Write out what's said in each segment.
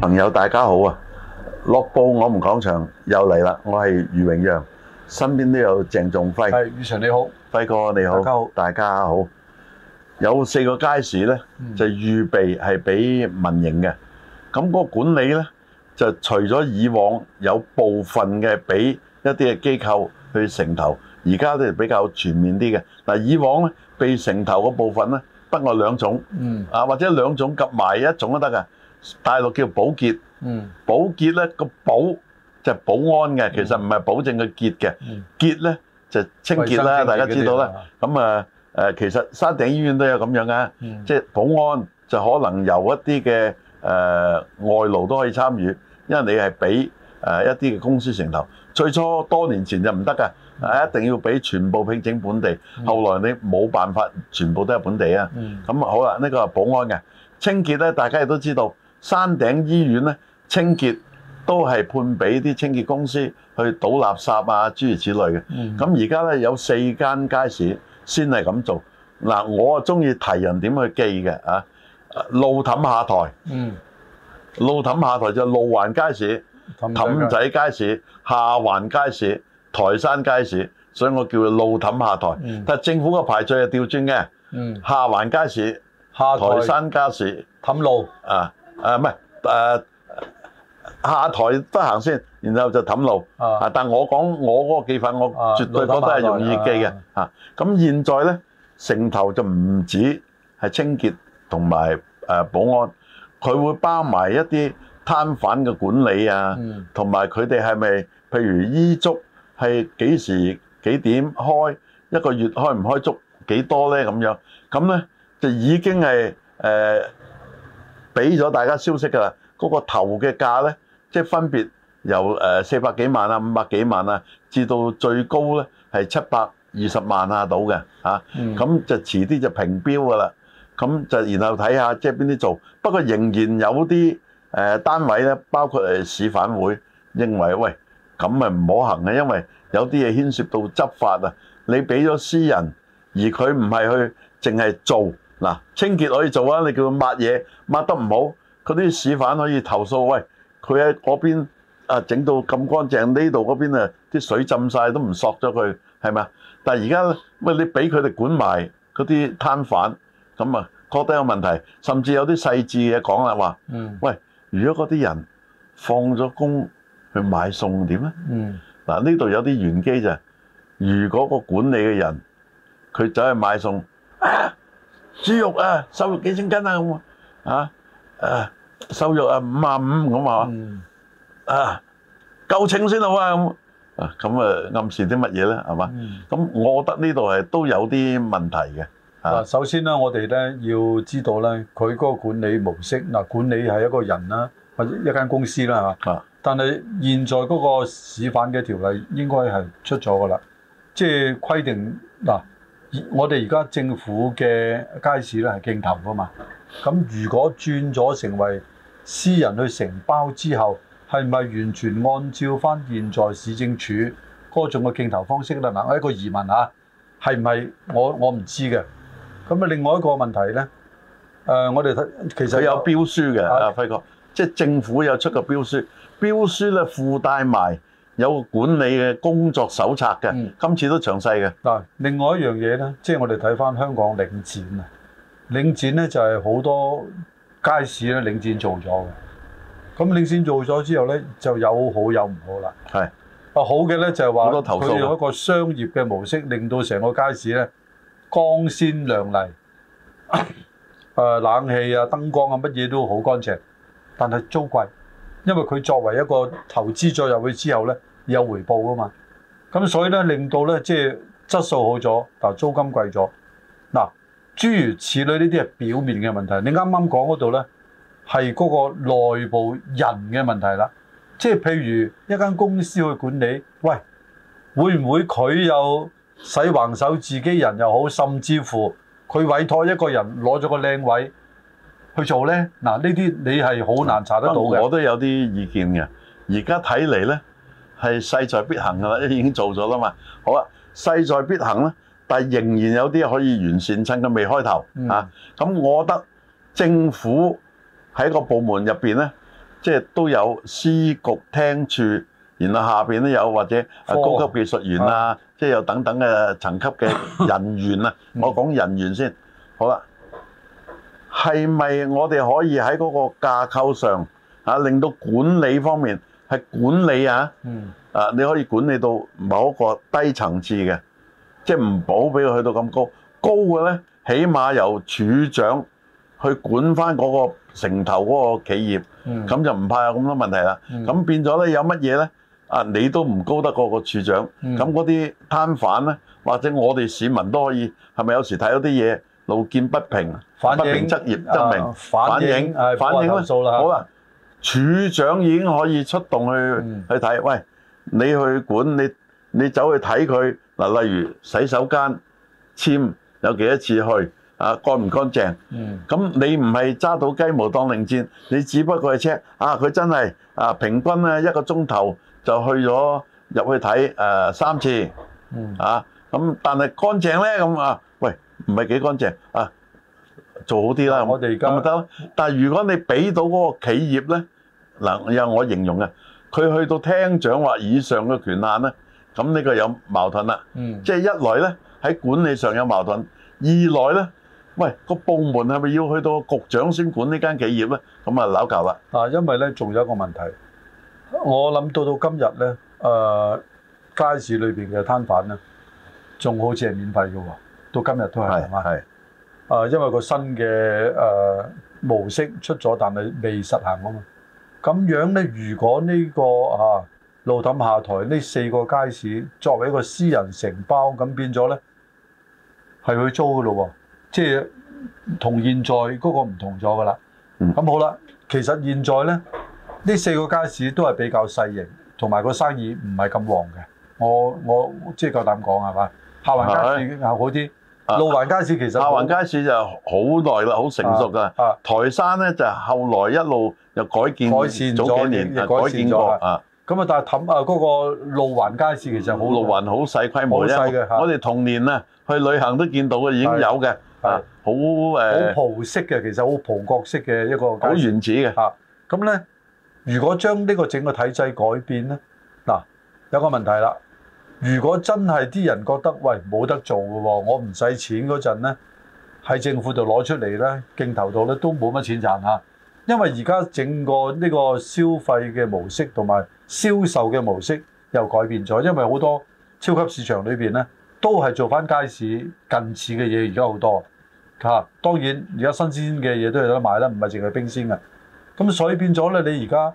朋友大家好啊！樂報我們講場又嚟啦，我係余榮讓，身邊都有鄭仲輝，係，宇晨你好，輝哥你好，大家好大家好。有四個街市咧嗯就預備係俾民營嘅，咁、嗰個管理咧就除咗以往有部分嘅俾一啲嘅機構去承投，而家都係比較全面啲嘅。嗱，以往咧被承投嗰部分咧不外兩種。嗯啊，或者兩種夾埋一種都得噶。大陸叫保潔，嗯保潔咧個保就係保安嘅，其實唔係保證佢潔嘅，嗯，潔咧就清潔啦，啊大家知道啦。，咁啊誒，其實山頂醫院都有咁樣噶，嗯即係保安就可能由一啲嘅誒外勞都可以參與，因為你係俾誒一啲嘅公司承投。最初多年前就唔得噶，啊一定要俾全部聘請本地，後來你冇辦法全部都係本地啊。嗯咁好啦，呢個係保安嘅清潔咧，大家亦都知道，山頂醫院咧清潔都係判俾啲清潔公司去倒垃圾啊，諸如此類嘅。嗯咁而家咧有四間街市先係咁做。嗱，我啊中意提人點去記嘅啊，路氹下台，嗯路氹下台就路環街市、氹仔，仔街市、下環街市、台山街市，所以我叫佢路氹下台。嗯但係政府嘅排序係調轉嘅，嗯下環街市、下台台山街市。氹路，啊誒唔係誒下台得行先，然後就氹路啊啊！但我講我嗰個記法，我啊絕對覺得係容易記嘅路啊！咁現在咧，城頭就唔止係清潔同埋誒保安，佢會包埋一啲攤販嘅管理啊，嗯同埋佢哋係咪譬如依足係幾時幾點開一個月開唔開足幾多咧咁樣？咁咧就已經係誒俾咗大家消息㗎啦。嗰、個頭嘅價咧，即係分別由誒四百幾萬啊、五百幾萬啊，至到最高咧係七百二十萬啊到嘅嚇。嗯咁、就遲啲就評標㗎啦。咁就然後睇下即係邊啲做，不過仍然有啲誒、呃、單位咧，包括誒市反會認為喂咁咪唔可行嘅，因為有啲嘢牽涉到執法啊。你俾咗私人，而佢唔係去淨係做嗱清潔可以做啊，你叫佢抹嘢抹得唔好，嗰啲市反可以投訴喂佢喺嗰邊啊整到咁乾淨，呢度嗰邊啊啲水浸晒都唔索咗佢係咪啊？ 但係而家咧喂你俾佢哋管埋嗰啲攤販。咁啊覺得有問題，甚至有啲細緻嘅講啦，話嗯喂，如果嗰啲人放咗工去買餸點咧？嗯嗱，呢度有啲玄機就係，如果個管理嘅人佢走去買餸，啊，豬肉啊，瘦肉幾千斤啊咁啊，啊，瘦肉啊五啊五咁啊。嗯啊，夠稱先好啊咁啊，咁啊暗示啲乜嘢咧係嘛？嗯。咁我覺得呢度係都有啲問題嘅，嗱，啊，首先咧，我哋咧要知道咧，佢嗰個管理模式，嗱，管理係一個人啦，或者一間公司啦嚇。啊，但係現在嗰個市販嘅條例應該係出咗㗎啦，即係規定嗱，我哋而家政府嘅街市咧係競投㗎嘛，咁如果轉咗成為私人去承包之後，係咪完全按照翻現在市政署嗰種嘅競投方式咧？嗱，我一個疑問嚇，係唔係我我唔知嘅。咁啊，另外一個問題咧，誒、我哋睇其實佢有標書嘅，啊啊輝哥，即係政府有出個標書，標書咧附帶埋有個管理嘅工作手冊嘅嗯，今次都詳細嘅，嗱，另外一樣嘢咧，即係我哋睇翻香港領展啊，領展咧就係好多街市咧領展做咗嘅。咁領展做咗之後咧，就有好有唔好啦。係啊，好嘅咧就係話好多投訴啊佢用一個商業嘅模式，令到成個街市咧光鮮 亮麗，誒、冷氣啊、燈光啊乜嘢都好乾淨，但係租貴，因為佢作為一個投資咗入去之後咧有回報噶嘛。咁所以咧，令到咧即係質素好咗，但租金貴咗。嗱，諸如此類呢啲係表面嘅問題。你啱啱講嗰度咧，係嗰個內部人嘅問題啦。即係譬如一間公司去管理，喂，會唔會佢又使橫手自己人又好，甚至乎佢委託一個人攞咗個靚位去做咧？嗱，呢啲你係好難查得到不過我嘅。都有啲意見嘅。而家睇嚟咧係勢在必行㗎啦，因 為已經做咗啦嘛。好啊，勢在必行咧，但係仍然有啲可以完善，趁佢未開頭、嗯啊。咁我覺得政府喺個部門入邊咧，即係都有司局廳處，然後下邊都有或者啊科高級技術員啊，即係有等等嘅層級嘅人員啊。 嗯我講人員先，好啦，係咪我哋可以喺嗰個架構上啊，令到管理方面係管理啊？嗯，啊，你可以管理到某一個低層次嘅，即係唔好俾佢去到咁高。高嘅咧，起碼由處長去管翻嗰個城頭嗰個企業，嗯咁就唔怕有咁多問題啦。嗯咁變咗咧，有乜嘢咧？啊，你都唔高得過個處長，嗯咁嗰啲攤販咧，或者我哋市民都可以，係咪有時睇到啲嘢路見不平，反不映平則業則啊明，反映啊係反映啊報案投訴啦好啦，處長已經可以出動去、嗯去睇，喂，你去管你你走去睇佢嗱，例如洗手間簽有幾多次去啊，乾唔乾淨？嗯咁你唔係揸到雞毛當令箭，你只不過係 check 啊，佢真係啊平均咧一個鐘頭就去咗入去睇誒、呃三次嗯啊，咁但係乾淨咧咁啊，喂唔係幾乾淨啊，做好啲啦，咁我哋而家咁咪得咯。但係如果你俾到嗰個企業咧，嗱有我形容嘅，佢去到廳長或以上嘅權限咧，咁呢個有矛盾啦。嗯即係一來咧喺管理上有矛盾，二來咧，喂個部門係咪要去到局長先管呢間企業咧？咁啊扭教啦，啊，因為咧仲有一個問題，我諗到到今日咧，誒、街市裏邊嘅攤販咧，仲好似係免費嘅喎，到今日都係係係嘛？係啊，因為個新嘅誒、呃模式出咗，但係未實行啊嘛。咁樣咧，如果呢、個啊路氹下台呢四個街市作為一個私人承包，咁變咗咧係佢租嘅咯喎，即係同現在嗰個唔同咗噶啦。嗯咁、好啦，其實現在咧呢四個街市都係比較細型，同埋個生意唔係咁旺嘅。我我即係夠膽講係嘛？下環街市好啲，啊路環街市其實下冇環街市就好耐啦，好成熟噶。啊台山咧就後來一路又改建，改善咗早幾年亦啊改善改建過咗啊。咁啊，但係氹啊嗰個路環街市其實好啊路環好細規模啫好細嘅，嚇我哋童年啊去旅行都見到嘅，已經有嘅係啊，好誒好葡式嘅，其實好葡國式嘅一個好街市原始嘅，嚇。咁咧，如果將呢個整個體制改變咧，嗱有個問題啦。如果真係啲人覺得喂冇得做嘅喎，我唔使錢嗰陣咧，喺政府度攞出嚟咧，競投度咧都冇乜錢賺嚇。因為而家整個呢個消費嘅模式同埋銷售嘅模式又改變咗，因為好多超級市場裏邊咧都係做翻街市近似嘅嘢，而家好多嚇、當然而家新鮮嘅嘢都有得買啦，唔係淨係冰鮮嘅。咁所以變咗咧，你而家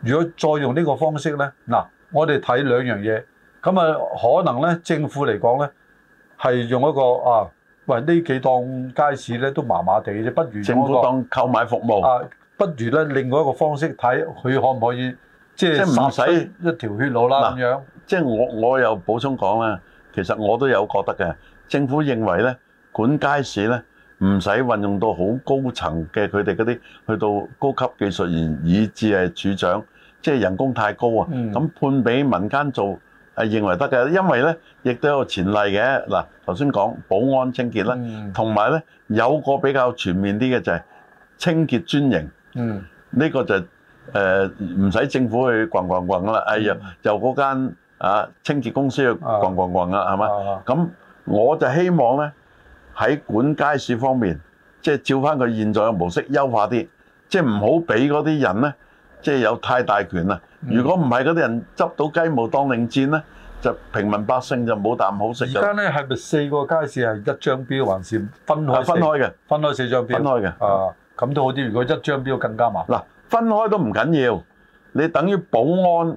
如果再用呢個方式咧，嗱，我哋睇兩樣嘢，咁啊可能咧政府嚟講咧係用一個啊，喂呢幾檔街市咧都麻麻地啫，不如用一個政府當購買服務，啊，不如咧另外一個方式睇佢可唔可以即即係係唔使殺出一條血路啦嗱咁樣。即係我我又補充講啦，其實我都有覺得嘅，政府認為咧管街市咧唔使運用到好高層嘅佢哋嗰啲去到高級技術員以至係處長，即係人工太高啊，嗯咁、判俾民間做係認為得嘅，因為咧亦都有前例嘅嗱，頭先講保安清潔啦。嗯同埋咧有個比較全面啲嘅就係清潔專營，嗯呢、個就誒唔使政府去逛逛逛啦，哎呀由嗰間啊清潔公司去逛逛逛啦，係嘛？啊咁我就希望咧喺管街市方面，即係照翻佢現在嘅模式優化啲，即係唔好俾嗰啲人咧，即係有太大權啊！嗯如果唔係嗰啲人執到雞毛當令箭咧，就平民百姓就冇啖好食而㗎啦，家咧係咪四個街市係一張標，還是分開係啊分開嘅，四分開四張標？分開嘅。啊，咁都好啲。如果一張標更加麻煩。嗱，分開都唔緊要，你等於保安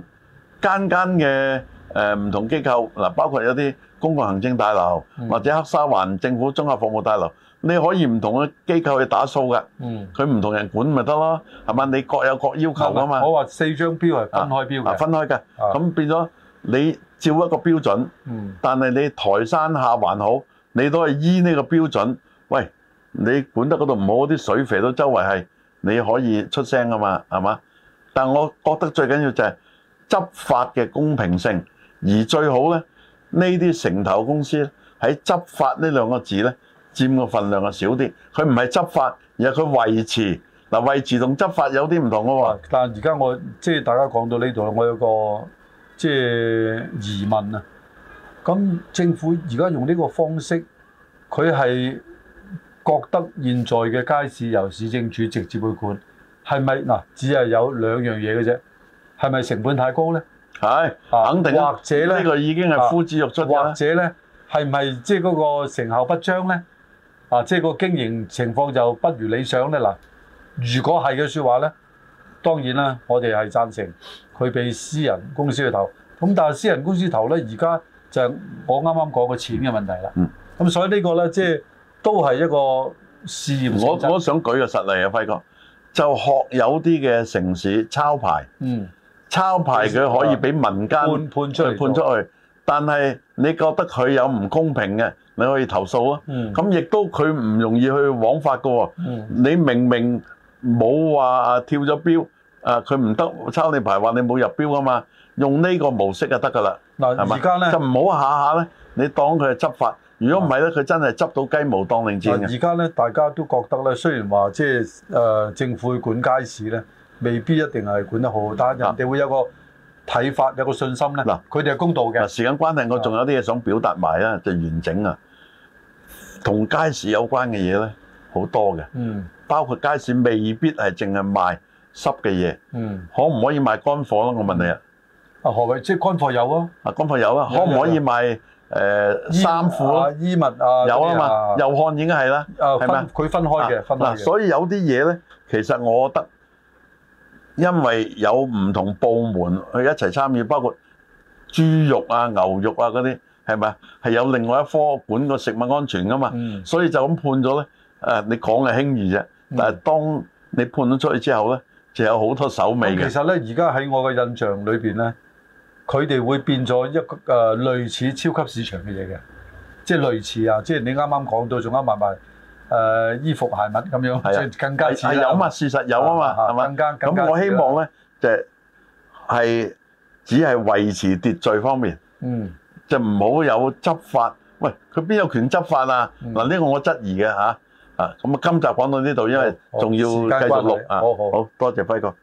間間嘅誒唔同機構，嗱包括有啲公共行政大樓嗯或者黑沙環政府綜合服務大樓，你可以唔同嘅機構去打掃噶，嗯，佢唔同人管咪得咯，係嘛？你各有各要求噶啊嘛，我話四張標係分開標啊嘅。分開嘅，啊咁變咗你照一個標準。嗯但係你台山下還好，你都係依呢個標準。喂，你管得嗰度唔好，啲水肥到周圍係，你可以出聲啊嘛，係嘛？但我覺得最緊要就係執法嘅公平性，而最好咧，呢啲城投公司呢喺執法呢兩個字咧，佔個份量啊少啲。佢唔係執法，而係佢維持。嗱，嗱，位置同執法有啲唔同嘅喎。但而家我即係大家講到呢度啦，我有個即係疑問啊。咁政府而家用呢個方式，佢係覺得現在嘅街市由市政署直接去管，係咪嗱？只係有兩樣嘢嘅啫，係咪成本太高咧？係，啊肯定啊或者咧呢個已經係呼之欲出㗎或啦。者咧係咪即係嗰個成效不彰咧？啊，即係個經營情況就不如理想咧嗱。如果係嘅説話咧，當然啦，我哋係贊成佢俾私人公司去投。咁但係私人公司投咧，而家就係我啱啱講個錢嘅問題啦。嗯咁、所以呢個咧，即係都係一個試驗性我質我想舉個實例啊，輝哥，就學有啲嘅城市抄牌，嗯抄牌佢可以俾民間判判出去嚟判出去，但係你覺得佢有唔公平嘅，你可以投訴啊。嗯咁亦都佢唔容易去枉法嘅喎。嗯你明明冇話啊跳咗標，啊佢唔得抄你牌，話你冇入標啊嘛，用呢個模式就得㗎啦，嗱係嘛？而家咧就。唔好下下咧，你當佢係執法，如果唔係咧，佢真係執到雞毛當令箭嗱，嘅。啊而家咧，大家都覺得咧，雖然話即係誒政府去管街市咧，未必一定係管得好好，但係人哋會有個睇法，有個信心咧。啊嗱嗱，佢哋係公道嗱，嘅，時間關係，我仲有啲嘢想表達埋啦，就完整啊。同街市有關嘅嘢咧，好多嘅，嗯包括街市未必係淨係賣濕嘅嘢，嗯。可唔可以賣乾貨啦？我問你啊，啊，何謂即係乾貨有啊？啊乾貨有啦，有可唔可以賣誒衣衫褲啊啦？衣物啊，有啊嗰啲嘛，右漢已經係啦，啊，係分咪佢分開嘅，啊分開嗱，嘅。所以有啲嘢咧，其實我覺得，因為有唔同部門去一齊參與，包括豬肉啊、牛肉啊嗰啲，係咪係有另外一科管個食物安全噶嘛？嗯所以就咁判咗咧，誒你講係輕易啫，嗯但係當你判咗出去之後咧，就有好多手尾咁嘅其。實咧，而家喺我嘅印象裏邊咧，佢哋會變咗一個誒、呃、類似超級市場嘅嘢嘅，即係類似啊，即係你啱啱講到，仲啱埋埋誒衣服鞋襪咁樣，係啊即係更加似啦係有嘛，事實有啊嘛，啊係嘛？更加更加咁我希望咧，就係只係維持秩序方面。嗯就唔好有執法。喂，佢邊有權執法啊？嗯嗱、呢個我質疑嘅嚇。啊，咁啊，今集講到呢度，因為好好仲要時間繼續關錄係啊。好好好多謝輝哥。